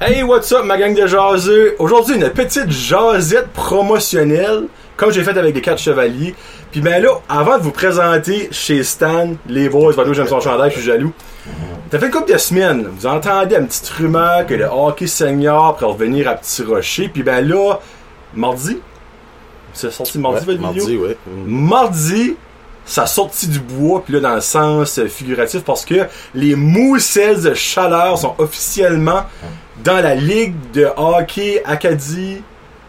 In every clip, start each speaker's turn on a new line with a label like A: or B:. A: Hey, what's up, ma gang de jaseux? Aujourd'hui, une petite jasette promotionnelle, comme j'ai fait avec les quatre chevaliers. Puis ben là, avant de vous présenter chez Stan, les boys, parce que j'aime son chandail, je suis jaloux. Ça fait une couple de semaines, vous entendez un petit rumeur que le hockey senior pourrait revenir à Petit Rocher. Puis ben là, mardi, c'est sorti mardi
B: Ouais,
A: votre vidéo?
B: mardi, ouais. Mm.
A: Mardi, ça sortit du bois, puis là, dans le sens euh, figuratif, parce que les mousselles de chaleur sont officiellement dans la ligue de hockey Acadie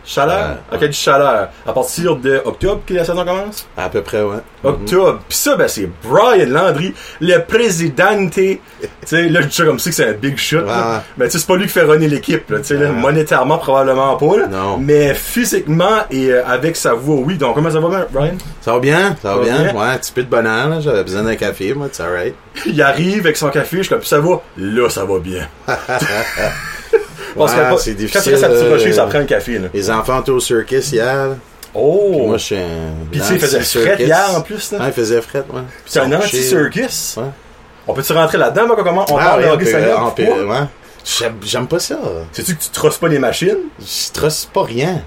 A: Chaleur.
B: Ouais, ouais.
A: Acadie Chaleur. À partir de octobre que la saison commence?
B: À peu près, ouais.
A: Octobre. Puis ça, ben, c'est Brian Landry, le présidente. tu sais, là, je dis ça comme si que c'est un big shot. là.
B: Ouais.
A: Mais tu sais, c'est pas lui qui fait runner l'équipe. là, tu sais, là,
B: Ouais.
A: Monétairement, probablement pas. là.
B: Non.
A: Mais physiquement et euh, avec sa voix, oui. Donc, comment ça va, Brian?
B: Ça va bien?
A: Ça
B: Ça va
A: va
B: bien?
A: bien?
B: Ouais, un petit peu de bonheur, là. J'avais besoin d'un café, moi, c'est alright.
A: Il arrive avec son café, je suis comme ça va, là ça va bien. Parce
B: Ouais,
A: que
B: c'est
A: Quand tu
B: difficile,
A: restes à petit
B: euh,
A: rocher, ça prend un café là.
B: Les enfants étaient au circus hier.
A: Oh!
B: Moi, je suis un.
A: Puis tu sais, il faisait
B: anti-circus.
A: fret hier en plus là.
B: Ouais, il faisait fret, ouais.
A: c'est un
B: Ils sont
A: anti-circus.
B: couchés. Ouais.
A: On peut-tu rentrer là-dedans, moi, comment on
B: Ah,
A: parle
B: ouais,
A: de
B: on
A: hockey
B: peut-
A: senior,
B: on
A: puis
B: peut-
A: quoi?
B: ouais. J'aime- J'aime pas ça.
A: Sais-tu que tu trosses pas les machines?
B: Je trosse pas rien.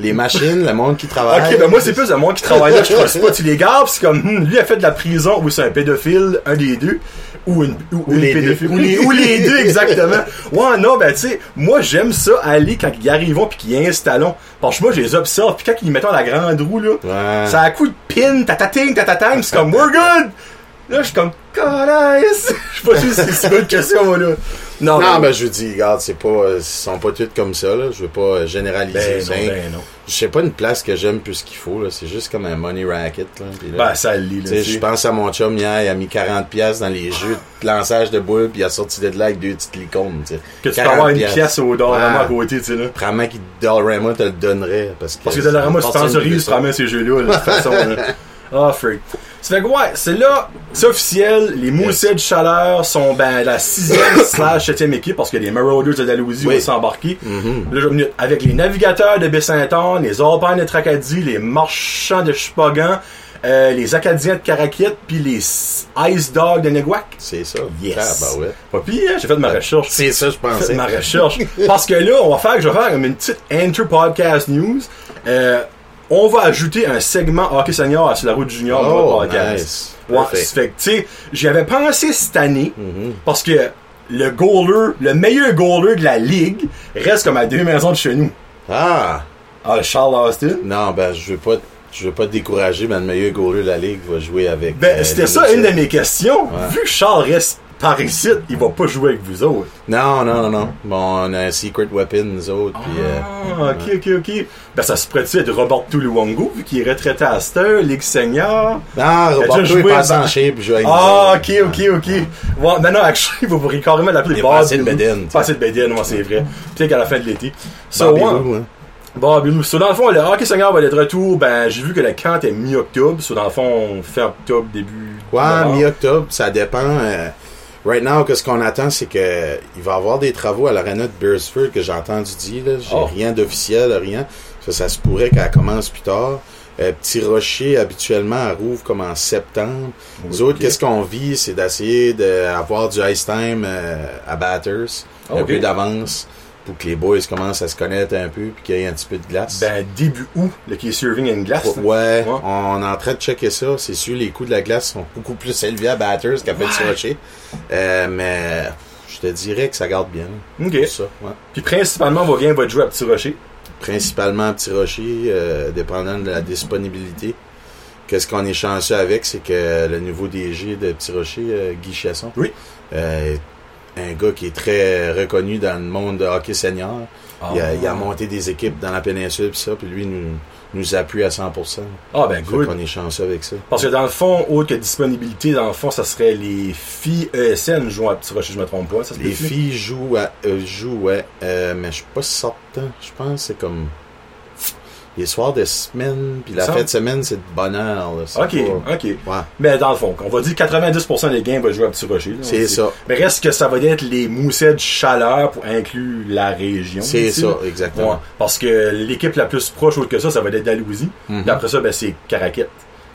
B: Les machines, le monde qui travaille.
A: ok, ben moi c'est plus de moi qui travaille là, je trosse pas, tu les gardes, pis c'est comme, hum, lui a fait de la prison, ou c'est un pédophile, un des deux, ou une, ou, une
B: les
A: pédophile,
B: deux.
A: ou, les, ou les deux exactement. Ouais, non, ben tu sais, moi j'aime ça aller quand ils arrivent puis qu'ils installent, parce que moi je les observe, puis quand ils mettent la grande roue là,
B: Ouais.
A: Ça a un coup de pin, tatating, tatatang, c'est comme we're good! Là, je suis comme, calice! Je sais pas si c'est si bonne question, moi, là. Non,
B: Non,
A: mais
B: mais je vous dis, regarde, c'est pas, euh, ils sont pas tous comme ça, là. Je veux pas euh, généraliser.
A: Ben, non,
B: mais
A: ben, non.
B: Je sais pas une place que j'aime plus qu'il faut, là. C'est juste comme un money racket, là. Puis là,
A: Ben, ça lit,
B: tu
A: là.
B: sais,
A: tu
B: je
A: sais.
B: pense à mon chum hier, il a mis 40 pièces dans les jeux de lançage de boules, puis il a sorti de là avec deux petites licornes, tu sais.
A: Que tu peux
B: 40
A: avoir une
B: piastres.
A: pièce au Dollarama
B: Ah.
A: à côté, tu sais, là.
B: Probablement qu'il Dollarama te le donnerait, parce que...
A: Parce que Dollarama
B: c'est une personne qui veut
A: sponsorise
B: ça.
A: vraiment ces jeux-là, là, de toute façon, là. Ah, freak. Ça fait que, ouais, c'est là, c'est officiel, les Moosehead Chaleur sont, ben, la sixième slash septième équipe, parce que les Marauders de Dalhousie
B: Oui. Mm-hmm.
A: vont s'embarquer. Là, je vais venir avec les navigateurs de Baie-Saint-Anne, les Alpins de Tracadie, les marchands de Chupagan, euh, les Acadiens de Caraquette, puis les Ice Dogs de Neguac.
B: C'est ça.
A: Yes.
B: Ah, ben ouais. Ah,
A: Pas pire, hein? j'ai fait de ma recherche.
B: C'est ça, je
A: J'ai fait
B: pensais.
A: de ma recherche. Parce que là, on va faire, je vais faire comme une petite Enter Podcast News. Euh, on va ajouter un segment Hockey Senior à Sur la route du junior dans
B: Oh,
A: le podcast.
B: nice.
A: Ouais,
B: Parfait. Mm-hmm.
A: ça fait que, tu sais, j'y avais pensé cette année, parce que le goaler, le meilleur goaler de la ligue reste comme à deux maisons de chez nous.
B: Ah!
A: Ah, Charles Austin.
B: Non, ben, je veux pas, je veux pas te décourager, mais le meilleur goaler de la ligue va jouer avec.
A: Ben,
B: euh,
A: c'était
B: les
A: ça
B: Russes.
A: une de mes questions.
B: Ouais.
A: Vu que Charles reste par ici, il va pas jouer avec vous autres.
B: Non, non, non, non. Bon, on a un secret weapon, nous autres, puis. euh,
A: Ah, ok, ok, ok. Ben, ça se pourrait-tu être Robert Tuluongo, vu qu'il est retraité à Star, Ligue Senior?
B: Non,
A: déjà
B: Ah, Roberto
A: joué
B: est passé
A: avant-
B: en chip, joue avec
A: Ah,
B: nous
A: ok,
B: autres.
A: ok, ok. Ouais, non, non, actually, il va vous carrément l'appeler
B: Il est
A: Bob
B: passé de
A: Bilou.
B: Bédène,
A: Passé de Bédène, ouais, c'est vrai. Peut-être qu'à la fin de l'été. So,
B: Bobby
A: ouais.
B: Roode, hein.
A: Bobby Lou. So, dans le fond, le hockey senior va être de retour. Ben, j'ai vu que le camp est mi-octobre. So, dans le fond, fin octobre, début.
B: Ouais,
A: novembre.
B: mi-octobre, ça dépend. euh, right now, que ce qu'on attend, c'est que il va y avoir des travaux à l'aréna de Beersford que j'ai entendu dire. là. J'ai
A: Oh.
B: rien d'officiel, rien. Ça, ça se pourrait qu'elle commence plus tard. Euh, Petit Rocher, habituellement, elle rouvre comme en septembre. Nous autres,
A: Ok.
B: qu'est-ce qu'on vit, c'est d'essayer d'avoir du ice time euh, à Batters, un
A: Ok.
B: peu d'avance, pour que les boys commencent à se connaître un peu, puis qu'il y ait un petit peu de glace.
A: Ben, début août, le qui est serving une glace. là.
B: Ouais,
A: Ouais.
B: on est en train de checker ça. C'est sûr, les coûts de la glace sont beaucoup plus élevés à Batters qu'à Petit Rocher. Euh, mais je te dirais que ça garde bien. là.
A: Ok.
B: Tout ça, ouais.
A: Puis, principalement, on va bien votre jouer à Petit Rocher.
B: Principalement à Petit Rocher, euh, dépendant de la disponibilité. Qu'est-ce qu'on est chanceux avec, c'est que le nouveau DG de Petit Rocher, euh, Guy Chasson,
A: Oui.
B: euh, est un gars qui est très reconnu dans le monde de hockey senior.
A: Ah.
B: Il, a, il a monté des équipes dans la péninsule, pis ça, puis lui nous, nous appuie à 100%.
A: Ah, ben,
B: Fait
A: good.
B: qu'on est chanceux avec ça.
A: Parce que dans le fond, autre que disponibilité, dans le fond, ça serait les filles E ESN jouant à Petit Rocher, je me trompe pas. Ça se
B: Les
A: peut-tu?
B: filles jouent, à, euh, jouent ouais, euh, mais je suis pas certain. Je pense que c'est comme les soirs de semaine, puis la
A: Ça-
B: fin de semaine, c'est de bonheur. Là, c'est
A: Ok, Ah,
B: pas-
A: ok.
B: Ouais,
A: Mais dans le fond, on va dire 90% des games vont jouer à Petit Rocher. là.
B: c'est ça.
A: Mais reste que ça va être les moussets de chaleur pour inclure la région.
B: C'est
A: ici,
B: ça,
A: là.
B: exactement.
A: Ouais, parce que l'équipe la plus proche autre que ça, ça va être Dalhousie.
B: Mhm.
A: Puis après ça, ben, c'est Caraquette,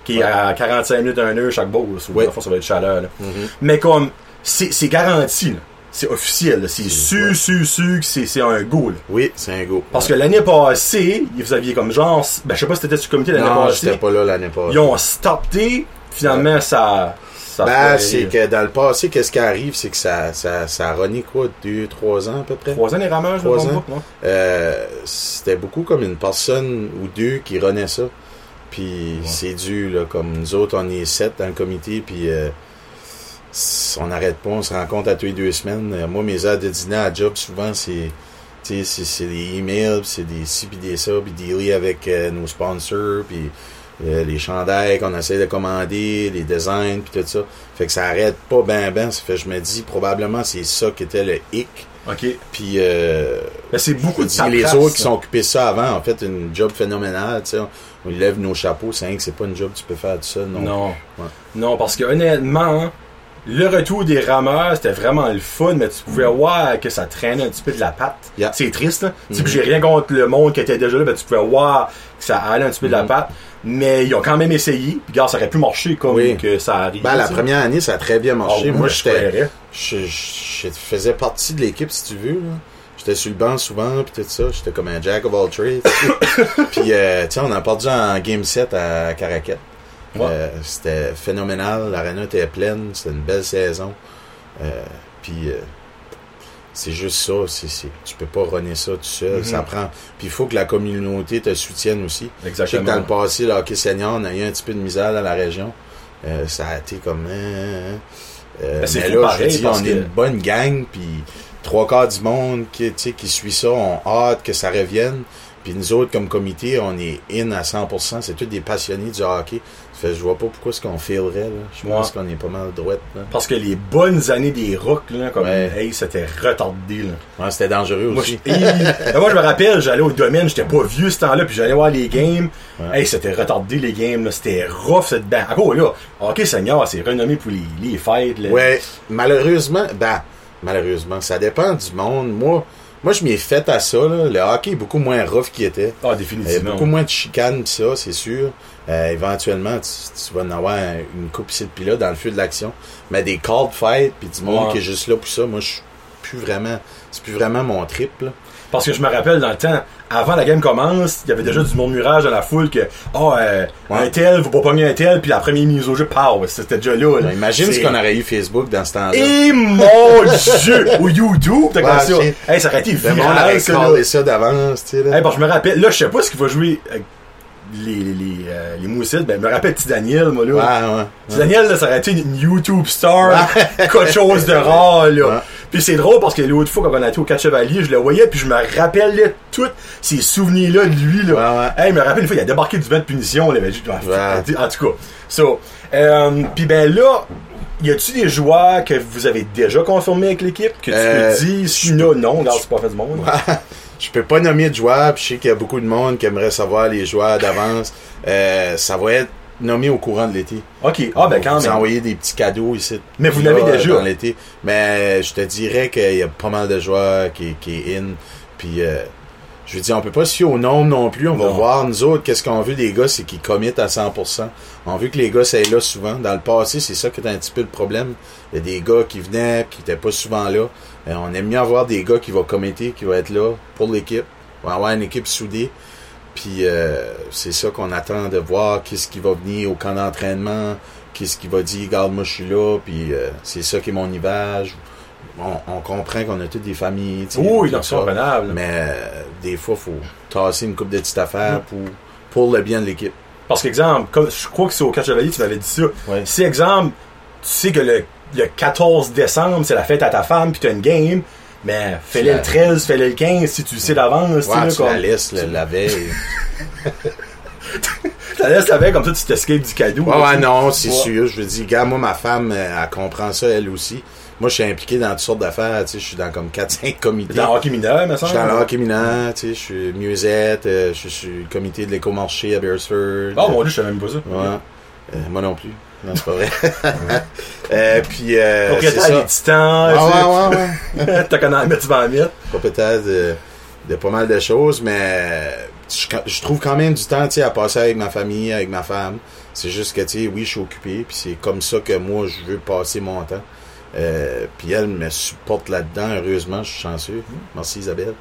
A: qui est
B: Ouais.
A: à 45 minutes, 1 heure chaque bourse.
B: Ouais.
A: ça va être chaleur. là.
B: Mhm.
A: Mais comme, c'est c'est garanti. là. c'est officiel. là. C'est su,
B: Ouais.
A: su, su que c'est c'est un goût. là.
B: Oui, c'est un go.
A: Parce que l'année passée, vous aviez comme genre, ben je sais pas si t'étais sur le comité l'année
B: non,
A: passée.
B: j'étais pas là l'année passée.
A: Ils ont stoppé, finalement ça. ça
B: Ben,
A: fait-
B: c'est que dans le passé, qu'est-ce qui arrive, c'est que ça, ça, ça a rogné quoi, deux, trois ans à peu près.
A: Trois ans les rameurs, je me
B: Trois
A: trompe
B: ans.
A: pas, non?
B: Euh, c'était beaucoup comme une personne ou deux qui renaît ça. Puis c'est dû, là, comme nous autres, on est sept dans le comité, puis euh, s- on n'arrête pas, on se rencontre à tous les deux semaines. Euh, moi, mes heures de dîner à job, souvent, c'est tu sais, c'est c'est des emails, puis c'est des ci, puis des ça, puis dealer avec euh, nos sponsors, puis euh, les chandails qu'on essaie de commander, les designs, puis tout ça. Fait que ça arrête pas ben ben. Ça fait que je me dis, probablement, c'est ça qui était le hic.
A: Ok.
B: Puis... euh,
A: Ben, c'est beaucoup
B: beaucoup
A: de
B: dit
A: paperasse,
B: les autres qui
A: ça.
B: sont occupés de ça avant, en fait, une job phénoménale. tu sais, On, on lève nos chapeaux, c'est rien que c'est pas une job que tu peux faire tout seul. Non.
A: Non.
B: Ouais.
A: Non, parce que honnêtement, hein, le retour des rameurs, c'était vraiment le fun, mais tu pouvais voir que ça traînait un petit peu de la patte.
B: Mm. Yeah. Mm-hmm.
A: C'est triste, là. Tu sais, puis j'ai rien contre le monde qui était déjà là, mais tu pouvais voir que ça allait un petit peu
B: Mm-hmm.
A: de la patte. Mais ils ont quand même essayé, puis gars, ça aurait pu marcher comme
B: Oui.
A: que ça arrive.
B: Ben, la
A: tu sais.
B: première année, ça a très bien
A: Ah oui,
B: marché. Oh, Moi,
A: je
B: j'étais.
A: croirais.
B: Je, je- je faisais partie de l'équipe, si tu veux. là. J'étais sur le banc souvent, puis tout ça. J'étais comme un jack of all trades. puis, euh, tu sais, on a perdu en game 7 à Caracat.
A: Ouais.
B: Euh, c'était phénoménal. L'arena était pleine. C'était une belle saison. Euh, puis, euh, c'est juste ça. C'est, c'est- tu peux pas runner ça tout seul.
A: Mhm.
B: Ça prend. Puis, il faut que la communauté te soutienne aussi. Je sais que
A: Exactement.
B: dans le passé, le hockey senior, on a eu un petit peu de misère dans la région. Euh, ça a été comme... hein, hein, hein. Euh,
A: Ben, c'est
B: mais
A: fou
B: là,
A: pareil,
B: je vous dis,
A: parce
B: on
A: que-
B: est une bonne gang, puis trois quarts du monde qui, tu sais, qui suit ça ont hâte que ça revienne. Puis nous autres, comme comité, on est in à 100%. C'est tous des passionnés du hockey. Ça fait, je vois pas pourquoi ce qu'on filerait. Là. Je
A: Ouais.
B: pense qu'on est pas mal droite. Là.
A: Parce que les bonnes années des rocks, là, comme,
B: Ouais.
A: hey, c'était retardé, là.
B: Ouais, c'était dangereux
A: Moi,
B: aussi.
A: je- Hey, Ben, moi, je me rappelle, j'allais au domaine, j'étais pas vieux ce temps-là, puis j'allais voir les games. Hey, c'était retardé les games, là. c'était rough cette bande. Encore là, Hockey Senior, c'est renommé pour les, les fêtes. Là.
B: Ouais, malheureusement, ben, malheureusement, ça dépend du monde. Moi, moi je m'y ai fait à ça. là. Le hockey est beaucoup moins rough qu'il était.
A: Ah,
B: Il y a
A: définitivement.
B: Eh, beaucoup moins de chicanes pis ça, c'est sûr. Euh, éventuellement, tu, tu vas en avoir une coupe ici puis là dans le feu de l'action. Mais des cold fights puis du monde
A: Ouais.
B: qui est juste là pour ça, moi je suis plus vraiment. C'est plus vraiment mon trip là.
A: Parce que je me rappelle dans le temps, avant la game commence, il y avait déjà du murmurage dans la foule que Ah, euh,
B: Ouais.
A: un tel, vous pas pogner un tel, puis la première mise au jeu, pow, c'était déjà là. là.
B: Ben, imagine ce
A: C'est-
B: qu'on aurait eu Facebook dans ce temps-là.
A: Et mon dieu! Au YouTube, t'as
B: Ouais,
A: comme ça.
B: c'est-
A: Hey, ça aurait été
B: Le monde
A: viral,
B: aurait
A: ça, là.
B: callé ça d'avance, tu sais. là.
A: Hey, bon, je me rappelle, là, je sais pas ce qu'il va jouer avec les, les, les, euh, les moussides, ben, je me rappelle Petit Daniel, moi, là.
B: Ouais, ouais.
A: Petit Daniel, là, ça aurait été une YouTube star, quelque chose de rare, là.
B: Ouais.
A: Puis c'est drôle parce que l'autre fois, quand on a été au 4 Chevaliers, je le voyais, puis je me rappelais tous ces souvenirs-là de lui, là.
B: Ouais, ouais.
A: Hey, il me rappelle une fois, il a débarqué du banc de punition, là, mais j'ai-
B: Ouais.
A: en tout cas. So, euh, puis ben là, y a-tu des joueurs que vous avez déjà confirmés avec l'équipe, que tu
B: Euh,
A: te dis, sinon, non, regarde, c'est pas fait du monde.
B: Je peux pas nommer de joueurs, puis je sais qu'il y a beaucoup de monde qui aimerait savoir les joueurs d'avance. Euh, ça va être nommé au courant de l'été.
A: Ok, ah, ben
B: On va
A: quand
B: vous
A: même.
B: envoyer des petits cadeaux ici.
A: Mais vous
B: Là,
A: l'avez déjà.
B: Dans l'été. Mais euh, je te dirais qu'il y a pas mal de joueurs qui, qui est in. Puis, euh, je veux dire, on peut pas se fier au nombre non plus. On va
A: Non.
B: voir, nous autres, qu'est-ce qu'on veut des gars, c'est qu'ils commettent à 100%. On veut que les gars soient là souvent. Dans le passé, c'est ça qui était un petit peu le problème. Il y a des gars qui venaient, qui étaient pas souvent là. Euh, on aime mieux avoir des gars qui vont commettre, qui vont être là pour l'équipe. On va avoir une équipe soudée. Puis euh, c'est ça qu'on attend de voir, qu'est-ce qui va venir au camp d'entraînement, qu'est-ce qui va dire, regarde, moi je suis là, puis euh, c'est ça qui est mon hivage. On, on comprend qu'on a toutes des familles. tu sais,
A: Oui,
B: tout
A: non, c'est
B: ça.
A: comprenable.
B: Mais euh, des fois, faut tasser une coupe de petites
A: Mm.
B: affaires pour, pour le bien de l'équipe.
A: Parce qu'exemple, comme je crois que c'est au 4 Chevalier, tu m'avais dit ça.
B: Ouais.
A: Si exemple, tu sais que le, le 14 décembre, c'est la fête à ta femme, puis t'as une game, mais fais-le
B: la-
A: le 13, fais-le le 15, si tu le sais d'avance,
B: Ouais,
A: tu
B: tu
A: sais, là,
B: la
A: comme-
B: laisses le- la veille.
A: tu la laisses la veille, comme ça, tu t'escapes du cadeau.
B: Ouais,
A: là,
B: ouais,
A: tu-
B: non, c'est
A: Ouais.
B: sûr. Je veux dire, gars, moi, ma femme, euh, elle comprend ça, elle aussi. Moi, je suis impliqué dans toutes sortes d'affaires. Tu sais, je suis dans comme 4-5 comités.
A: T'es dans le hockey mineur, me
B: Je
A: semble.
B: suis dans le hockey mineur, tu sais, je suis musette, euh, je suis le comité de l'écomarché à Beresford.
A: Oh mon dieu, je savais même pas ça.
B: Ouais. Euh, moi non plus. Non, c'est pas vrai. Euh, puis, euh, c'est
A: Propriétaire
B: ça.
A: des titans,
B: Ah,
A: tu
B: ouais, ouais, ouais.
A: sais, t'as qu'à en mettre, tu vas en mettre.
B: propriétaire de, de pas mal de choses, mais je, je trouve quand même du temps tu sais, à passer avec ma famille, avec ma femme. C'est juste que, tu sais, oui, je suis occupé, puis c'est comme ça que moi, je veux passer mon temps. Euh, puis elle me supporte là-dedans. Heureusement, je suis chanceux. Merci Isabelle.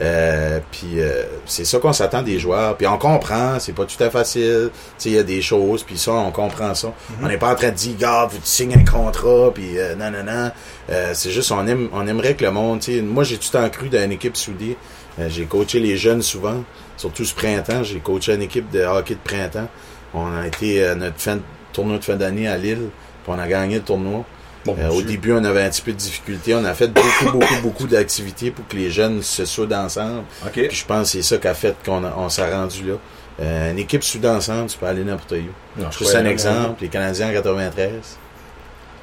B: Euh, puis euh, c'est ça qu'on s'attend des joueurs. Puis on comprend, c'est pas tout à facile. Tu sais, il y a des choses, puis ça, on comprend ça. On n'est pas en train de dire, garde, vous signez un contrat, puis euh, non, non, non. Euh, c'est juste, on aime, on aimerait que le monde. tu sais, moi, j'ai tout le temps cru dans une équipe soudée. Euh, j'ai coaché les jeunes souvent, surtout ce printemps. J'ai coaché une équipe de hockey de printemps. On a été à notre fin de- tournoi de fin d'année à Lille, puis on a gagné le tournoi.
A: Bon,
B: Euh, au
A: Oh, Dieu.
B: début, on avait un petit peu de difficulté. On a fait beaucoup, beaucoup, beaucoup d'activités pour que les jeunes se soudent ensemble.
A: OK.
B: Puis je pense que c'est ça qui a fait qu'on a- on s'est rendu là. Euh, une équipe soudée ensemble, tu peux aller n'importe où.
A: Non,
B: Je trouve ça un exemple. Les Canadiens en 93.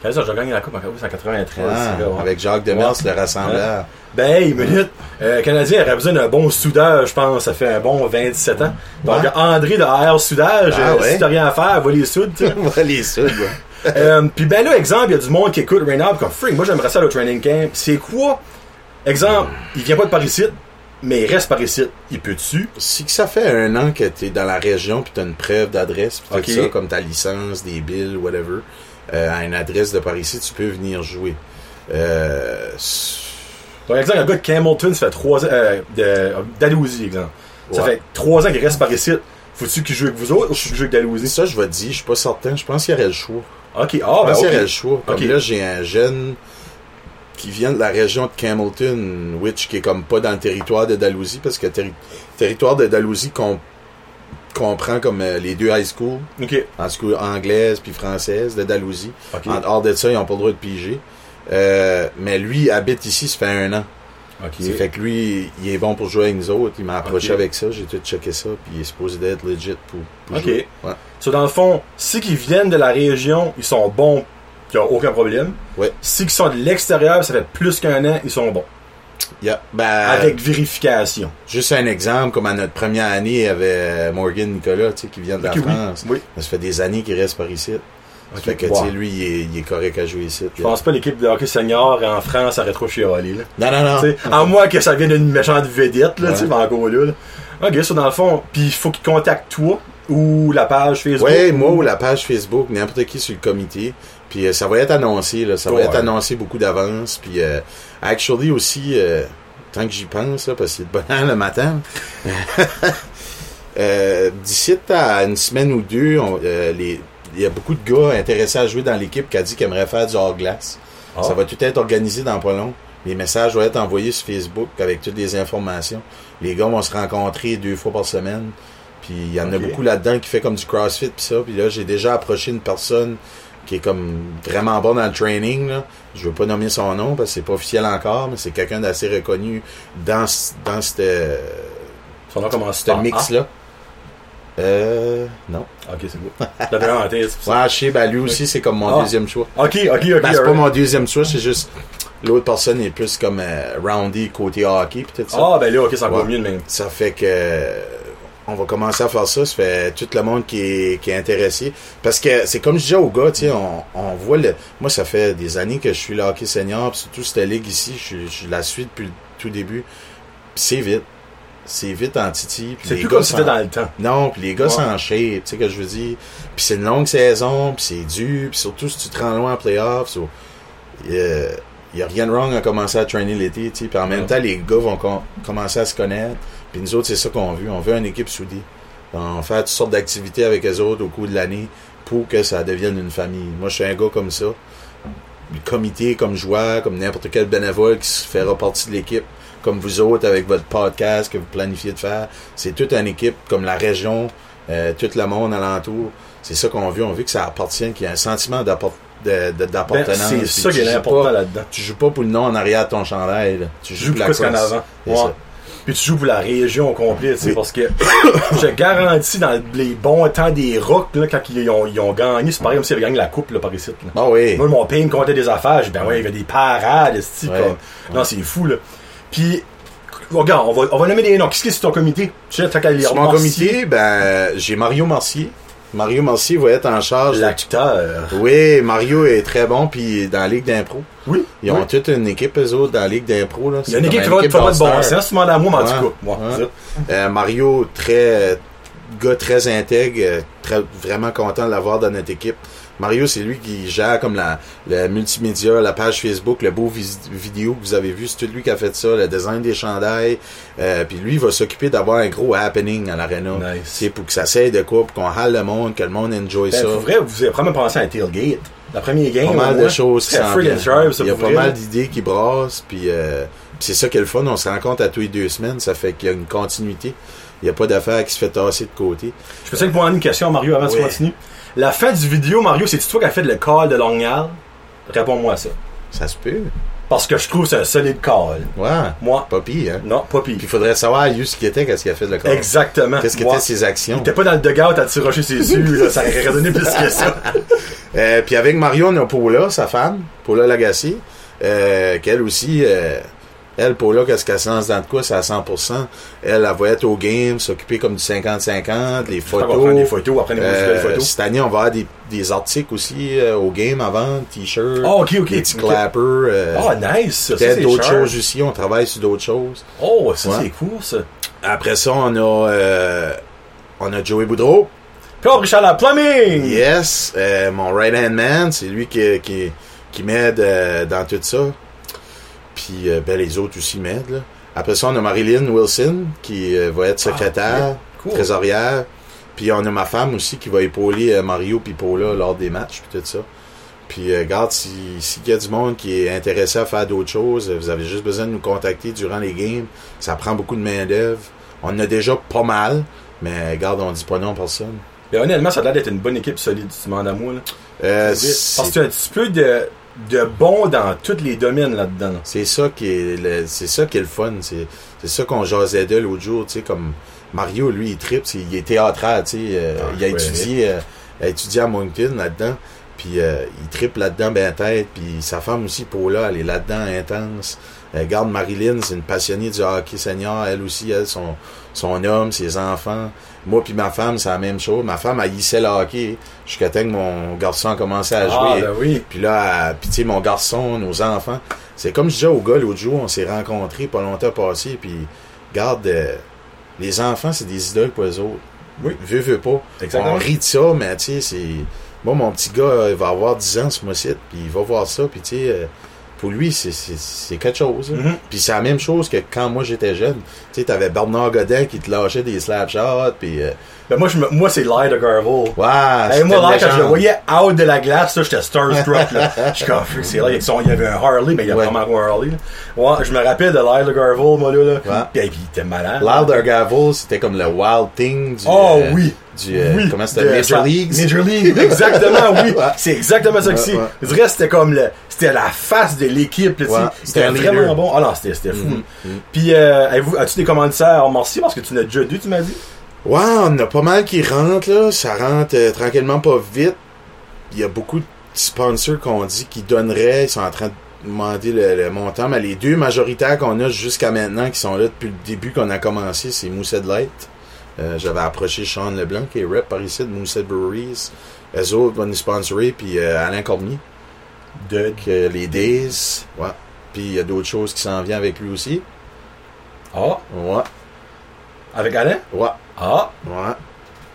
A: Quand ça, j'ai gagné la Coupe en 93.
B: Ah,
A: c'est là, ouais.
B: avec Jacques Demers, le rassembleur.
A: Ben, hey, minute. Euh, le Canadien aurait besoin d'un bon soudeur, je pense. Ça fait un bon 27 ans. Donc,
B: Ouais.
A: André de AR Soudage,
B: Ah,
A: euh,
B: ouais.
A: si t'as rien à faire, va les soudes, tu sais.
B: On va les soudes, ouais.
A: Euh, puis ben là, exemple, il y a du monde qui écoute Reynard comme Freak, moi j'aimerais ça le training camp. C'est quoi? Exemple, il vient pas de Paris mais il reste Paris Il peut dessus.
B: Si que ça fait un an que t'es dans la région puis t'as une preuve d'adresse, puis t'as
A: Ok.
B: que ça, comme ta licence, des billes, whatever, euh, à une adresse de par ici, tu peux venir jouer. Euh, s-
A: Donc exemple, un gars de Camelton, ça fait trois ans euh, de- d'Alousie, exemple. Ça
B: Ouais.
A: fait trois ans qu'il reste Paris Faut-tu qu'il joue avec vous autres ou qu'il joue avec d'Alousie?
B: ça, je vais te dire, je suis pas certain. Je pense qu'il y aurait le choix.
A: Ok, ah
B: Je
A: ben
B: pense qu'il y aurait le
A: ok.
B: choix. Comme
A: Ok.
B: là, j'ai un jeune qui vient de la région de Camelton, which qui est comme pas dans le territoire de Dalhousie, parce que le terri- territoire de Dalhousie com- comprend comme euh, les deux high schools,
A: Ok,
B: en school anglaise puis française de Dalhousie.
A: ok.
B: En dehors de ça, ils n'ont pas le droit de piger. Euh, mais lui habite ici, ça fait un an. Ça
A: Ok.
B: fait que lui, il est bon pour jouer avec nous autres. Il m'a approché
A: Ok.
B: avec ça, j'ai tout checké ça, puis il est supposé d'être legit pour, pour
A: Ok.
B: jouer. Ouais.
A: So, dans le fond, si qu'ils viennent de la région, ils sont bons, il n'y a aucun problème.
B: Ouais.
A: Si qu'ils sont de l'extérieur, ça fait plus qu'un an, ils sont bons.
B: Yeah. Ben,
A: Avec vérification.
B: Juste un exemple, comme à notre première année, il y avait euh, Morgan Nicolas, tu sais, qui vient de la
A: Ok, oui.
B: France.
A: Oui.
B: Ça fait des années qu'il reste par ici. Ça
A: Ok,
B: fait que, tu
A: wow.
B: sais, lui, euh, il est, il est correct à jouer ici.
A: Je pense pas l'équipe de hockey senior en France aurait trop chialé. Là.
B: Non, non, non.
A: T'sais, À moins que ça vienne d'une méchante vedette, là,
B: Ouais.
A: tu sais, mais encore là. là. Ok, ça dans le fond, puis il faut qu'ils contactent toi ou la page Facebook.
B: Ouais, moi ou la page Facebook, n'importe qui sur le comité. Puis euh, ça va être annoncé, là. Ça va
A: Ouais.
B: être annoncé beaucoup d'avance. Puis euh, actually aussi, euh, tant que j'y pense, là, parce que c'est de bonheur le matin. euh, D'ici à une semaine ou deux, on- euh, les- il y a beaucoup de gars intéressés à jouer dans l'équipe qui a dit qu'ils aimeraient faire du hors-glace.
A: Ah.
B: Ça va tout être organisé dans pas long. Les messages vont être envoyés sur Facebook avec toutes les informations. Les gars vont se rencontrer deux fois par semaine. Puis il y en a
A: Ok.
B: beaucoup là-dedans qui fait comme du CrossFit puis ça. Puis là, j'ai déjà approché une personne qui est comme vraiment bon dans le training. Là. Je veux pas nommer son nom parce que c'est pas officiel encore, mais c'est quelqu'un d'assez reconnu dans ce- dans cette euh,
A: Son nom commence
B: ce
A: par A.
B: mix là. Euh, non.
A: Ok, c'est beau. Je l'avais en tête, c'est pour ça.
B: Ouais, je sais, ben lui aussi, c'est comme mon
A: Ah.
B: deuxième choix.
A: Ok, ok, ok.
B: Ben, c'est pas
A: alright.
B: mon deuxième choix, c'est juste l'autre personne est plus comme euh, roundy côté hockey pis tout ça.
A: Ah, ben là, ok, c'est encore
B: Ouais.
A: mieux de même.
B: Ça fait que euh, on va commencer à faire ça. Ça fait tout le monde qui est, qui est intéressé. Parce que c'est comme je disais aux gars, tu sais, on, on voit le. Moi, ça fait des années que je suis le hockey senior, pis surtout cette ligue ici, je, suis- je la suis depuis le tout début. Pis c'est vite. C'est vite en Titi. pis
A: C'est
B: les
A: plus
B: gars
A: comme si c'était
B: s'en-
A: dans le temps.
B: non, puis les gars
A: Ouais.
B: s'enchaînent, tu sais que je veux dire. Puis c'est une longue saison, puis c'est dur, puis surtout si tu te rends loin en playoffs, so, euh, y a rien de wrong à commencer à traîner l'été, tu sais. Puis en même
A: Ouais.
B: temps, les gars vont com- commencer à se connaître. Puis nous autres, c'est ça qu'on veut. On veut une équipe soudée. On fait toutes sortes d'activités avec les autres au cours de l'année pour que ça devienne une famille. Moi, je suis un gars comme ça. Le comité, comme joueur, comme n'importe quel bénévole qui se fera partie de l'équipe, comme vous autres avec votre podcast que vous planifiez de faire. C'est toute une équipe, comme la région, euh, tout le monde alentour. C'est ça qu'on veut. On veut que ça appartienne, qu'il y ait un sentiment d'apport- de- de-
A: Ben,
B: d'appartenance.
A: c'est
B: Puis
A: ça
B: tu
A: qui est
B: joues
A: important
B: pas-
A: là-dedans.
B: Tu joues pas pour le nom en arrière de ton chandail. là. Tu
A: Tu
B: joues
A: joues
B: pour la
A: plus qu'en
B: classe.
A: avant.
B: C'est
A: Ouais.
B: ça.
A: Puis tu joues pour la région au complet, tu sais,
B: Oui.
A: parce que je te garantis dans les bons temps des rocks, là, quand ils ont, ils ont gagné, c'est pareil comme s'ils avaient gagné la coupe là, par ici. là.
B: Ah oui.
A: Moi, mon père me comptait des affaires, j'ai dit, ben ouais, il y avait des parades, esti,
B: Ouais.
A: comme. Non, c'est fou, là. Puis, regarde, on va, on va nommer des noms. Qu'est-ce que c'est sur ton comité? Tu sais, t'as qu'à les
B: Sur mon
A: remercier.
B: comité, ben, j'ai Mario Marcier. Mario Marcier va être en charge. de-
A: L'acteur.
B: Oui, Mario est très bon, puis dans la Ligue d'impro.
A: Oui.
B: Ils ont toute une équipe, eux autres, dans la Ligue d'impro. là.
A: Il y a
B: C'est
A: une équipe qui
B: comme
A: va te faire de bon
B: d'All-Star.
A: sens, tu demandes à moi, mais en
B: Ouais.
A: tout cas. moi,
B: Ouais.
A: c'est ça.
B: Euh, Mario, très gars très intègre, euh, très- vraiment content de l'avoir dans notre équipe. Mario, c'est lui qui gère comme la, le multimédia, la page Facebook, le beau vis- vidéo que vous avez vu. C'est tout lui qui a fait ça, le design des chandails. Euh, puis lui, il va s'occuper d'avoir un gros happening à l'aréna.
A: Nice.
B: C'est pour que ça s'aide de quoi, pour qu'on hale le monde, que le monde enjoy
A: Ben,
B: ça.
A: pour vrai, vous avez vraiment pensé à un tailgate. La première game,
B: pas mal
A: au moins,
B: de choses qui
A: c'était
B: s'en
A: freaking
B: viennent.
A: sharp, ça,
B: Il y a
A: pour
B: pas
A: vrai.
B: mal d'idées qui brassent, puis euh, puis c'est ça qui est le fun. On se rencontre à tous les deux semaines, ça fait qu'il y a une continuité. Il n'y a pas d'affaire qui se fait tasser de côté.
A: Je peux te poser une question à Mario avant que tu
B: Ouais.
A: continues. La fin du vidéo, Mario, c'est-tu toi qui as fait le call de Long Island? Réponds-moi à ça.
B: Ça se peut.
A: Parce que je trouve que c'est un solide call.
B: Ouais.
A: Moi,
B: Pas pire, hein.
A: non, pas pire.
B: Puis il faudrait savoir, lui, ce qu'il était, qu'est-ce qu'il a fait de le corps.
A: Exactement.
B: Qu'est-ce
A: Moi,
B: qu'étaient ses actions.
A: Il était pas dans le dugout à tirocher ses yeux, là. Ça aurait donné plus que ça.
B: Euh, puis avec Mario, on a Paula, sa femme, Paula Lagacé, euh, qu'elle aussi, euh, elle, Paula, qu'est-ce qu'elle sent dans de quoi, c'est à 100%. Elle, elle va être au game, s'occuper comme du 50-50, les
A: On va prendre des
B: photos.
A: photos, après des
B: Euh,
A: belles photos.
B: cette année, on va avoir des, des articles aussi euh, au game avant, t-shirts,
A: Ah, ok, ok.
B: des petits
A: ok.
B: clappers, euh,
A: Ah, nice, ça. ça,
B: peut-être
A: c'est
B: d'autres
A: cher.
B: choses aussi, on travaille sur d'autres choses.
A: Oh, ça,
B: Ouais.
A: c'est cool, ça.
B: Après ça, on a, euh, on a Joey Boudreau,
A: Puis on Richard la plumbing!
B: Yes, euh, mon right hand man, c'est lui qui, qui, qui m'aide euh, dans tout ça. Puis euh, ben, les autres aussi m'aident. là. Après ça, on a Marilyn Wilson qui euh, va être secrétaire,
A: Ah, cool.
B: trésorière. Puis on a ma femme aussi qui va épauler euh, Mario puis Paula lors des matchs puis tout ça. Puis euh, regarde, si- s'il y a du monde qui est intéressé à faire d'autres choses, euh, vous avez juste besoin de nous contacter durant les games. Ça prend beaucoup de main-d'œuvre. On en a déjà pas mal, mais regarde, on dit pas non à personne.
A: Mais honnêtement, ça a l'air d'être une bonne équipe solide, si tu demandes à moi, là.
B: Euh, c'est-
A: Parce que tu as un petit peu de, de bon dans tous les domaines là-dedans. là.
B: C'est ça qui est le, c'est ça qui est le fun. C'est, c'est ça qu'on jasait de l'autre jour, tu sais, comme Mario, lui, il tripe, c'est- il est théâtral, tu sais. euh,
A: Ah,
B: il a
A: ouais.
B: étudié, euh, il a étudié à Moncton là-dedans. Puis euh, il tripe là-dedans ben tête. Puis sa femme aussi, Paula, elle est là-dedans intense. Euh, garde Marilyn, c'est une passionnée du hockey senior. Elle aussi, elle, son, son homme, ses enfants. Moi puis ma femme, c'est la même chose. Ma femme haïssait le hockey jusqu'à temps que mon garçon a commencé
A: Ah,
B: à jouer.
A: ben oui.
B: Puis là, euh, puis tu sais, mon garçon, nos enfants, c'est comme je disais au gars l'autre jour, on s'est rencontrés pas longtemps passé, puis garde, euh, les enfants, c'est des idoles pour eux autres.
A: Oui.
B: Veux, veux pas.
A: Exactement.
B: On rit de ça, mais tu sais, c'est... Moi, mon petit gars, euh, il va avoir 10 ans ce mois-ci, puis il va voir ça, puis tu sais, euh, pour lui, c'est- c'est c'est quelque chose. là.
A: Mhm.
B: Puis c'est la même chose que quand moi, j'étais jeune. Tu sais, t'avais Bernard Godin qui te lâchait des slap shots, puis... euh,
A: Ben moi, je me- moi c'est l'air de Garvel.
B: ouais,
A: Hey,
B: Ah, c'était
A: moi,
B: une
A: là, quand je le
B: légende.
A: voyais out de la glace, là, j'étais starstruck. là. Je suis comme, Fuck, c'est là, avec son- il y avait un Harley, mais il y avait
B: Ouais.
A: vraiment un Harley. là. Ouais, je me rappelle de l'air de Garvel, moi, là. là.
B: Ouais.
A: Puis, hey, puis il était malade.
B: Louder Gavel, c'était comme le Wild Thing du.
A: Oh
B: euh,
A: oui!
B: Du, euh,
A: oui.
B: Comment c'était
A: De-
B: Major
A: ça-
B: Leagues.
A: Major League, exactement, oui.
B: Ouais.
A: C'est exactement ça que c'est.
B: Ouais, ouais.
A: Je dirais que c'était comme le, c'était la face de l'équipe. là, tu sais.
B: Ouais, c'était
A: C'était
B: un
A: vraiment
B: leader.
A: bon. Ah non, c'était c'était fou.
B: Mhm,
A: Puis, euh, avez-vous- as-tu des commanditaires en Marcy parce que tu n'as déjà deux, tu m'as dit?
B: Ouais, on a pas mal qui rentrent, là. Ça rentre euh, tranquillement, pas vite. Il y a beaucoup de sponsors qu'on dit qui donneraient. Ils sont en train de demander le, le montant. Mais les deux majoritaires qu'on a jusqu'à maintenant, qui sont là depuis le début qu'on a commencé, c'est Mousset Light. Euh, J'avais approché Sean Leblanc, qui est rep par ici de Mousset Breweries. Eux autres vont nous sponsorer, puis euh, Alain Cormier.
A: De.
B: que les Days, ouais. Puis il y a d'autres choses qui s'en viennent avec lui aussi.
A: Ah,
B: Ouais,
A: avec Alain?
B: ouais,
A: Ah,
B: ouais.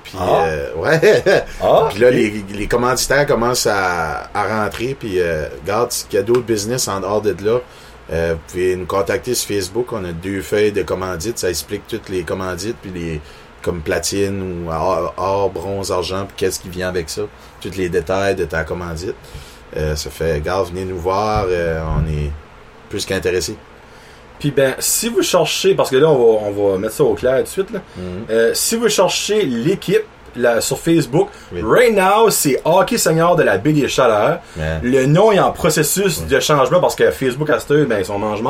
B: Puis
A: Ah.
B: euh, ouais.
A: ah.
B: puis là, les, les commanditaires commencent à, à rentrer. Puis euh, regarde, s'il y a d'autres business en dehors de là, euh, vous pouvez nous contacter sur Facebook. On a deux feuilles de commandites. Ça explique toutes les commandites, puis les comme platine ou or, or, bronze, argent, puis qu'est-ce qui vient avec ça. Tous les détails de ta commandite. Euh, ça fait, regarde, venez nous voir. euh, on est plus qu'intéressés.
A: Puis ben, si vous cherchez, parce que là, on va, on va mettre ça au clair tout de suite, là.
B: Mhm.
A: Euh, si vous cherchez l'équipe là, sur Facebook,
B: Oui.
A: right now, c'est Hockey Senior de la Baie des Chaleurs.
B: Mais-
A: Le nom est en processus de changement parce que Facebook à cette heure, ben, ils sont mange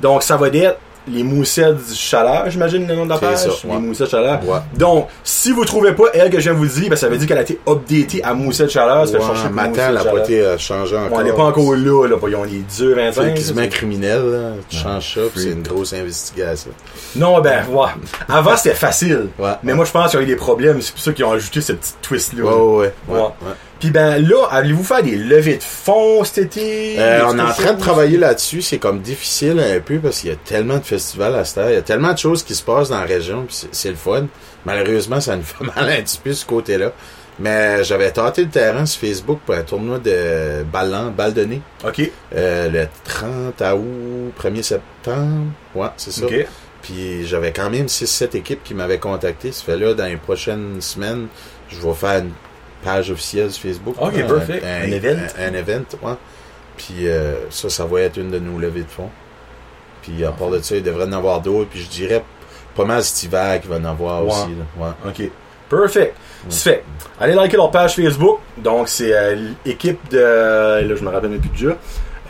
A: Donc, ça va être les moussettes du chaleur, j'imagine le nom de la
B: C'est
A: page.
B: ça,
A: Les
B: ouais.
A: moussettes chaleur.
B: Ouais.
A: Donc, si vous trouvez pas elle que je viens de vous dire, ben, ça veut dire qu'elle a été updatée à moussettes chaleur. Ça fait
B: Ouais,
A: chercher pour
B: matin,
A: Moussettes
B: la
A: Chaleur.
B: beauté a changé
A: Bon,
B: encore.
A: on n'est pas encore là, là. Voyons, on est deux, 25.
B: C'est quasiment
A: ça,
B: criminel, là. Tu changes ça, puis
A: Free.
B: c'est une grosse investigation.
A: c'est- Non, ben, ouais. Avant, c'était facile.
B: Ouais.
A: Mais moi, je pense qu'il y a eu des problèmes. C'est pour ça qu'ils ont ajouté ce petit twist-là.
B: Ouais, ouais, ouais.
A: Ouais.
B: ouais, ouais.
A: Puis ben là, allez-vous faire des levées de fonds cet été?
B: Euh,
A: Des
B: on est en
A: choses?
B: train de travailler là-dessus. C'est comme difficile un peu parce qu'il y a tellement de festivals à cette heure. Il y a tellement de choses qui se passent dans la région. puis c'est- C'est le fun. Malheureusement, ça nous fait mal un petit peu ce côté-là. Mais j'avais tâté le terrain sur Facebook pour un tournoi de ballon, balle de nez,
A: Ok.
B: euh, le 30 août, 1er septembre. Ouais, c'est ça.
A: Ok.
B: Puis j'avais quand même 6-7 équipes qui m'avaient contacté. Ça fait là, dans les prochaines semaines, je vais faire une page officielle sur Facebook.
A: Ok,
B: Un-
A: perfect.
B: Un,
A: Un event.
B: Un, un event, ouais. Puis euh, ça, ça va être une de nos levées de fonds. Puis à part de ça, il devrait en avoir d'autres. Puis je dirais pas mal cet hiver qu'il va en avoir
A: Ouais.
B: aussi. là. Ouais.
A: OK. Perfect.
B: Mm.
A: C'est fait. Allez liker leur page Facebook. Donc, c'est euh, l'équipe de. Là, je me rappelle même plus du jeu.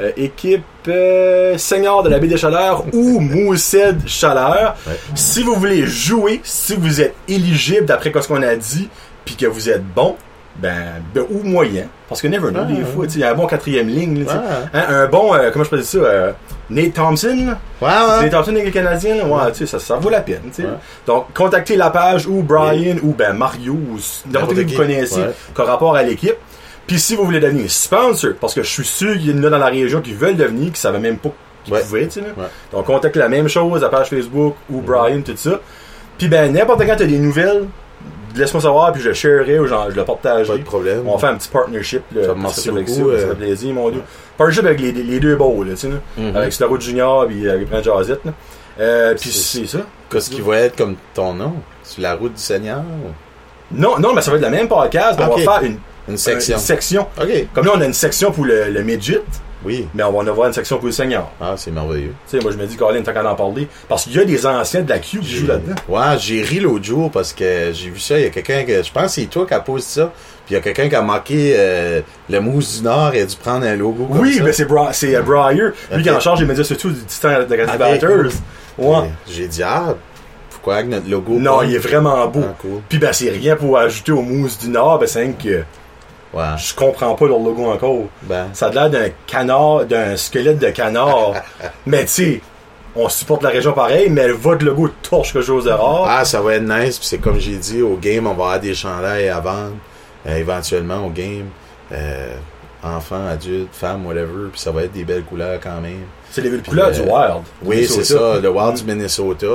A: Euh, équipe euh, Seigneur de la baie des Chaleurs ou Moussed Chaleur.
B: Ouais.
A: Si vous voulez jouer, si vous êtes éligible d'après ce qu'on a dit, puis que vous êtes bon, ben, ben, ou moyen. Parce que never know,
B: Ouais,
A: des
B: ouais.
A: fois, tu sais, il y a un bon quatrième ligne. là, tu sais.
B: Ouais.
A: Hein, un bon, euh, comment je peux dire ça, euh, Nate Thompson, là.
B: Ouais, ouais.
A: Les tortues nègres canadiennes, ouais, tu sais, ça, ça vaut la peine, tu sais.
B: Ouais.
A: Donc, contactez la page ou Brian ou ben Mario ou s- n'importe qui que
B: qui.
A: vous connaissez
B: Ouais.
A: par rapport à l'équipe. Puis si vous voulez devenir sponsor, parce que je suis sûr qu'il y en a dans la région qui veulent devenir, qui savaient même pas qu'ils
B: Ouais.
A: pouvaient, tu sais. là.
B: Ouais. Mm-hmm.
A: Donc, contactez la même chose, la page Facebook ou Brian, tout ça. Puis ben, n'importe quand tu as des nouvelles, laisse-moi savoir, puis je sharerai ou genre, je le
B: Pas
A: partagerai.
B: de problème.
A: On fait un petit partnership. Là,
B: Ça me merci
A: avec
B: beaucoup,
A: Ça, ça
B: euh,
A: fait plaisir, mon dieu. Partnership avec les, les deux beaux, là, tu sais. là.
B: Mhm.
A: Avec Star Road Junior puis avec Brand Jazette. là. Euh, puis c'est
B: C'est-
A: ça.
B: Qu'est-ce qui va être comme ton nom? Sur la route du Seigneur?
A: Non, non, mais ça va être la même podcast, mais
B: Ok.
A: on va faire une
B: Une section.
A: Euh, une section.
B: OK.
A: Comme là, on a une section pour le, le midget,
B: Oui.
A: mais on va en avoir une section pour le senior.
B: Ah, c'est merveilleux.
A: Tu sais, moi, je me dis, Colin, tant qu'à en parler, parce qu'il y a des anciens de la Q qui jouent là-dedans.
B: Ouais, j'ai ri l'autre jour parce que j'ai vu ça. Il y a quelqu'un que. Je pense que c'est toi qui a posé ça. Puis il y a quelqu'un qui a manqué euh, le mousse du Nord et a dû prendre un logo. Comme
A: Oui,
B: ça.
A: mais c'est Bra- c'est euh, Briar, lui
B: Ok.
A: qui est en charge des médias sociaux du Titan de la
B: Ok.
A: Batters. Ouais.
B: J'ai dit, ah, pourquoi avec notre logo?
A: Non,
B: pas-
A: il est vraiment beau.
B: Ah, cool.
A: Puis ben, c'est rien pour ajouter aux mousses du Nord, ben, c'est rien que
B: Ouais.
A: je comprends pas leur logo encore.
B: Ben,
A: Ça a l'air d'un canard, d'un squelette de canard. mais tu sais, on supporte la région pareil, mais votre logo torche quelque chose de rare.
B: Ah, ça va être nice. Puis c'est comme j'ai dit, au game, on va avoir des chandails à vendre. euh, éventuellement, au game. Euh, enfants, adultes, femmes, whatever. Puis ça va être des belles couleurs quand même.
A: C'est les couleurs du
B: Euh,
A: Wild.
B: Oui, c'est
A: Minnesota.
B: ça, le Wild du Minnesota.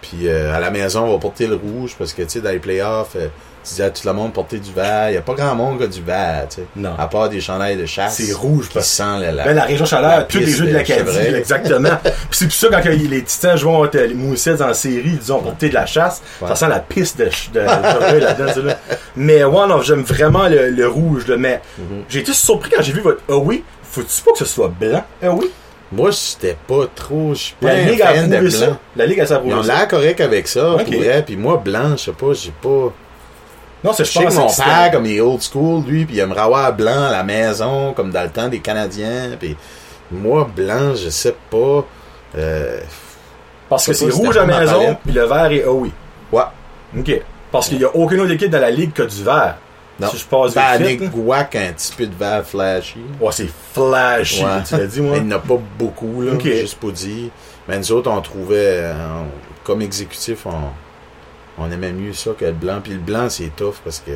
B: Puis euh, à la maison, on va porter le rouge parce que, tu sais, dans les playoffs, euh, tu disais à tout le monde porter du vert. Il n'y a pas grand monde qui a du vert, tu sais.
A: Non.
B: À part des chandails de chasse.
A: C'est rouge,
B: qui
A: parce-
B: sent le lac.
A: Ben, la région chaleur,
B: La
A: tous les
B: piste
A: jeux de
B: de
A: l'Acadie,
B: Chevrolet.
A: exactement. Puis c'est pour ça, quand que les titans jouent contre les Moussets en série, ils ont porté de la chasse, ça
B: Ouais.
A: sent la piste de, ch- de, de Chevrolet là-dedans. tu sais, là. Mais, ouais, non, j'aime vraiment le, le rouge, là, mais
B: Mhm.
A: j'ai été surpris quand j'ai vu votre Huawei. Faut-tu pas que ce soit blanc, Huawei?
B: Moi, j'étais pas trop. Je suis pas
A: La
B: un
A: Ligue a
B: fan de
A: approuvé ça.
B: blanc.
A: La Ligue a
B: Ils
A: approuvé
B: ont
A: ça.
B: l'air correct avec ça,
A: Ok.
B: pour vrai. Puis moi, blanc, je sais pas, j'ai pas.
A: Non, c'est
B: Je sais que mon
A: c'est-
B: père, comme il est old school, lui, puis il aimerait avoir blanc à la maison, comme dans le temps des Canadiens. Puis moi, blanc, je sais pas. Euh,
A: Parce que
B: Je sais
A: c'est
B: pas si
A: rouge
B: t'as
A: à
B: pas ma
A: maison,
B: palette.
A: puis le vert est ah oui.
B: ouais.
A: OK. Parce qu'il n'y a aucune autre équipe dans la ligue qui a du vert.
B: Non.
A: Si je passe
B: Ben,
A: vite,
B: Nick
A: là.
B: Gouac a un petit peu de verre flashy.
A: Ouais, c'est flashy.
B: Ouais.
A: Tu l'as dit, moi.
B: Il n'y en a pas beaucoup, là,
A: Ok.
B: juste pour dire. Mais nous autres, on trouvait, euh, on- comme exécutif, on, on aimait mieux ça que le blanc. Puis le blanc, c'est tough parce que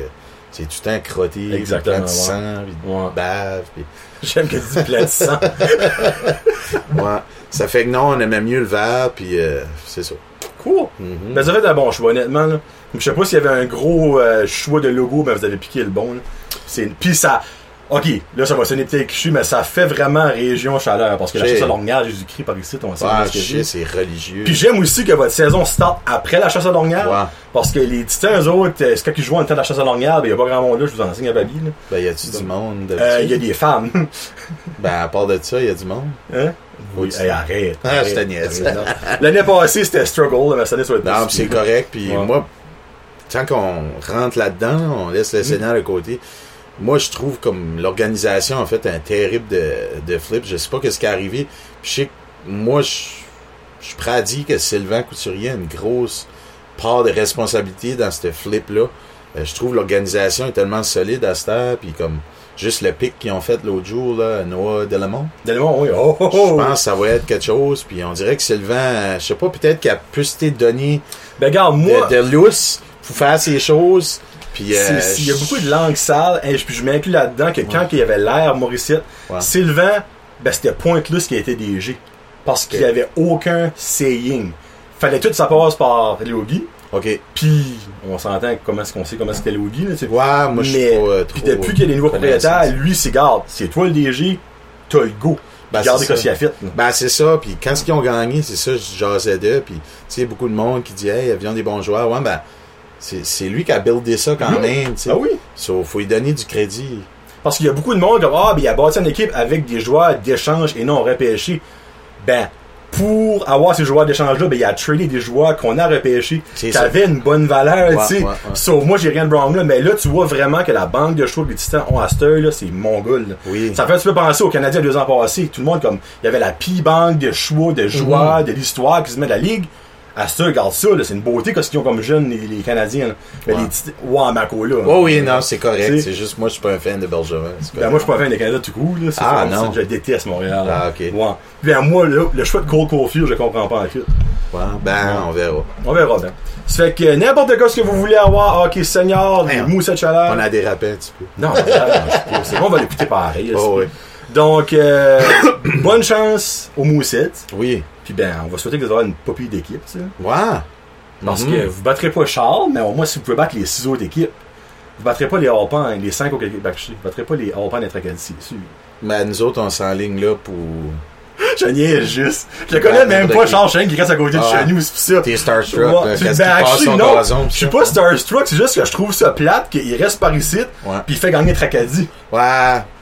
B: c'est tout le temps crotté,
A: Exactement,
B: tout le temps de
A: ouais.
B: sang, puis de
A: Ouais.
B: bave. puis-
A: J'aime que tu dis platissant.
B: Ouais. ça fait que non, on aimait mieux le verre, puis euh, c'est ça.
A: cool.
B: Mhm.
A: Mais ça fait un bon choix, honnêtement. Là. Je sais pas s'il y avait un gros euh, choix de logo, mais vous avez piqué le bon. là. C'est... Puis ça... OK, là, ça va sonner peut-être cliché, mais ça fait vraiment région chaleur. Parce que la
B: J'ai-
A: chasse à l'ornière, Jésus-Christ, par ici, on va
B: Ouais,
A: savoir ce que
B: je
A: c'est.
B: sais, c'est religieux.
A: Puis j'aime aussi que votre saison start après la chasse à l'ornière.
B: Ouais.
A: Parce que les titans, eux autres, euh, c'est quand ils jouent en temps de la chasse à l'ornière, ben, il n'y a pas grand monde là, je vous en signe à Babi. là.
B: Ben, y a-tu du monde?
A: Euh, Il
B: d'habitude?
A: y a des femmes.
B: Ben, à part de ça, y a du monde.
A: hein? Oui,
B: Oui,
A: hey, arrête.
B: Ah,
A: arrête,
B: je te niaise.
A: arrête, non. L'année passée, c'était Struggle, mais cette année, ça va être
B: Non,
A: plus-
B: pis c'est correct. Puis
A: Ouais.
B: moi, tant qu'on rentre là-dedans, on laisse
A: Mm.
B: le Seigneur de côté. Moi, je trouve comme l'organisation a fait un terrible de, de flip. Je sais pas ce qui est arrivé. Puis je sais que moi, je je suis prêt à dire que Sylvain Couturier a une grosse part de responsabilité dans ce flip-là. Euh, je trouve l'organisation est tellement solide à cette heure. Puis comme juste le pic qu'ils ont fait l'autre jour, là, à Noah Delamont.
A: Tellement, oui. Oh, oh,
B: Je
A: oh.
B: pense que ça va être quelque chose. Puis on dirait que Sylvain, euh, je sais pas, peut-être qu'il a plus été donné
A: Ben, regarde, moi,
B: de, de lousse pour faire ses choses. Puis,
A: c'est-
B: euh,
A: c'est- il y a beaucoup de langues sales, et je, puis je m'inclus là-dedans que quand il y avait l'air Mauricien,
B: Ouais.
A: Sylvain, ben, c'était Pointe-Luce qui a été DG. Parce qu'il n'y avait aucun saying. Fallait tout ça passe par Logie.
B: OK.
A: Puis, on s'entend comment est-ce qu'on sait comment c'était Louis, là, tu sais.
B: Ouais, moi, je suis
A: Mais-
B: pas euh, trop...
A: Puis depuis qu'il y a des nouveaux
B: connaissance.
A: propriétaires, lui, c'est garde. C'est toi le DG, t'as le goût.
B: Ben,
A: Regardez
B: c'est
A: qu'est-ce qu'il
B: ça.
A: a fait. là.
B: Ben, c'est ça. Puis quand ils ont gagné, c'est ça, je jasais d'eux. Puis, tu sais, beaucoup de monde qui dit, hey, avion des bons joueurs. Ouais, ben, c'est c'est lui qui a buildé ça quand
A: Mhm.
B: même, tu sais.
A: Ah oui.
B: So, faut lui donner du crédit.
A: Parce qu'il y a beaucoup de monde comme Ah, ben, il a bâti une équipe avec des joueurs d'échange et non repêchés. Ben, pour avoir ces joueurs d'échange-là, ben, il a tradé des joueurs qu'on a repêchés,
B: C'est
A: qui
B: ça.
A: avaient une bonne valeur,
B: Ouais,
A: tu sais.
B: ouais, ouais.
A: So, moi, j'ai rien de wrong là, mais là, tu vois vraiment que la banque de choix que les Titans ont à cette heure, là, c'est mongol. là.
B: Oui.
A: Ça fait un petit peu penser aux Canadiens deux ans passés. Tout le monde, comme, il y avait la pire banque de choix, de joueurs,
B: Mhm.
A: de l'histoire qui se met de la ligue. À ce regarde ça, là, c'est une beauté, qu'est-ce qu'ils ont comme jeunes, les, les Canadiens, là. Mais
B: Ouais.
A: les Titans, ouais, Marco, là.
B: Oh oui, non, c'est correct.
A: C'est-
B: C'est juste, moi, je suis pas un fan de Bergevin. c'est
A: Ben,
B: correct.
A: moi, je suis pas fan des Canadiens du coup, là. C'est ça,
B: Ah, non.
A: Je déteste Montréal.
B: Ah, ok.
A: Ouais. Ben, moi, là, le choix de Cole Caulfield, je comprends pas en tout.
B: Ouais, ben, on verra.
A: On verra bien. Ça fait que n'importe quoi ce que vous voulez avoir, hockey senior, des
B: Merde.
A: mousses à chaleur.
B: On a dérapé un petit peu.
A: Non, ça dérange pas. c'est bon, on va l'écouter pareil. là,
B: Oh,
A: c'est-
B: oui.
A: Donc, euh, bonne chance aux moussettes.
B: Oui.
A: Puis ben, on va souhaiter que vous ayez une popie d'équipe, tu sais.
B: Ouais.
A: Parce
B: Mhm.
A: que vous battrez pas Charles, mais au moins si vous pouvez battre les six autres équipes, vous battrez pas les Harpans, hein, les cinq au Québec, vous battrez pas les Harpans d'Intracadie, c'est sûr.
B: Ben, nous autres, on s'enligne là pour.
A: Je niais juste. Je connais même pas Charles Chen qui reste à côté de
B: Ah.
A: chez nous, c'est pour ça.
B: T'es Starstruck,
A: Ouais,
B: euh,
A: tu-
B: qu'est-ce
A: ben,
B: qui passe
A: actually,
B: son
A: non,
B: horizon,
A: Je suis
B: pis
A: pas
B: ça.
A: starstruck, c'est juste que je trouve ça plate qu'il reste par ici,
B: Ouais.
A: puis il fait gagner Tracadie.
B: Ouais,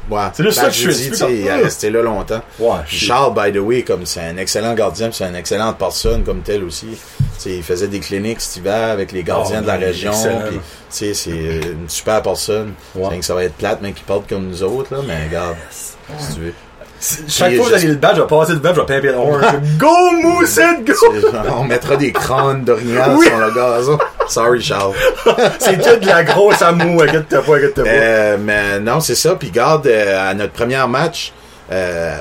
B: ouais.
A: C'est juste
B: Ben,
A: ça que je suis
B: dis,
A: un petit
B: tu
A: peu
B: sais, il a
A: comme-
B: resté là longtemps.
A: Ouais,
B: Puis
A: je sais.
B: Charles, by the way, comme c'est un excellent gardien, puis c'est une excellente personne comme tel aussi. Tu sais, il faisait des cliniques cet hiver avec les gardiens
A: Oh,
B: de la
A: oui,
B: région.
A: excellent.
B: Puis, tu sais, c'est une super personne.
A: Ouais.
B: Fait que ça va être plate, mais qui porte comme nous autres, là. Mais regarde, si tu veux.
A: C'est- Chaque
B: Puis,
A: fois que
B: je-
A: j'allais le battre, je vais passer devant, je vais pimper le horn. Go, Moussette, go!
B: On mettra des crânes d'orignal
A: Oui.
B: sur le gazon. Sorry, Charles.
A: C'est tout de la grosse amour, inquiète-toi pas, inquiète-toi pas.
B: Euh, mais non, c'est ça. Puis garde, euh, à notre premier match, euh,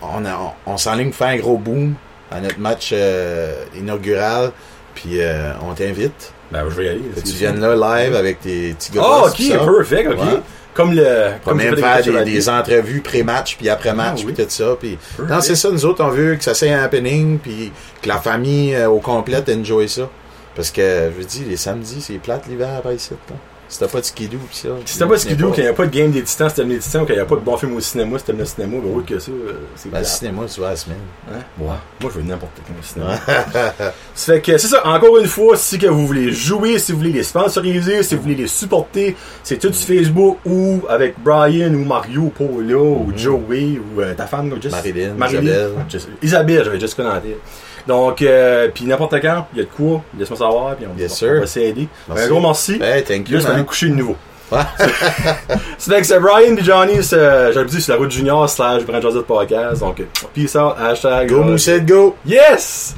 B: on, a- on, on s'enligne pour faire un gros boom à notre match euh, inaugural. Puis euh, on t'invite.
A: Ben, je vais y aller.
B: Que
A: c'est-
B: tu viennes là live avec tes petits gars.
A: Ah,
B: boss,
A: ok,
B: tout ça.
A: perfect, ok.
B: Ouais.
A: Comme le.
B: Faut
A: Comme
B: même
A: le-
B: faire
A: le-
B: des, des entrevues pré-match, puis après-match,
A: Ah,
B: puis
A: oui.
B: tout ça. Puis...
A: Perfect.
B: Non, c'est ça, nous autres, on veut que ça soit un happening, puis que la famille euh, au complet enjoy ça. Parce que, je veux dire, les samedis, c'est plate l'hiver, par ici. là. Si t'as pas de skidoo, pis ça.
A: Si t'as pas de skidoo, qu'il n'y a pas de game des titans, si t'aimes les titans, ou qu'il n'y a pas de bon film au cinéma, si t'aimes le cinéma, ben oui que ça, euh, c'est
B: Ben, le
A: plate.
B: cinéma, tu vois, la semaine.
A: Hein? Ouais. Moi, je veux n'importe quoi au cinéma. Ça fait que c'est ça, encore une fois, si que vous voulez jouer, si vous voulez les sponsoriser, si vous voulez les supporter, c'est tout sur Facebook ou avec Brian ou Mario, Paula ou Joey ou euh, ta femme, comme juste.
B: Mm-hmm. Marilyn, Isabelle.
A: Just- Isabelle, j'avais juste commenté. Donc, euh, puis n'importe quand, il y a de quoi, laisse-moi savoir, puis on,
B: Yes,
A: on
B: sir.
A: va s'aider.
B: Merci.
A: Un gros merci.
B: Ben, thank
A: Puis là, je
B: you,
A: vais aller
B: man.
A: me coucher de nouveau.
B: Ouais.
A: c'est fait que c'est Brian et Johnny, c'est, euh, j'avais dit, c'est la route junior slash Brand Joseph Podcast. Donc, peace out, hashtag. euh,
B: Go, Moussette, go!
A: Yes!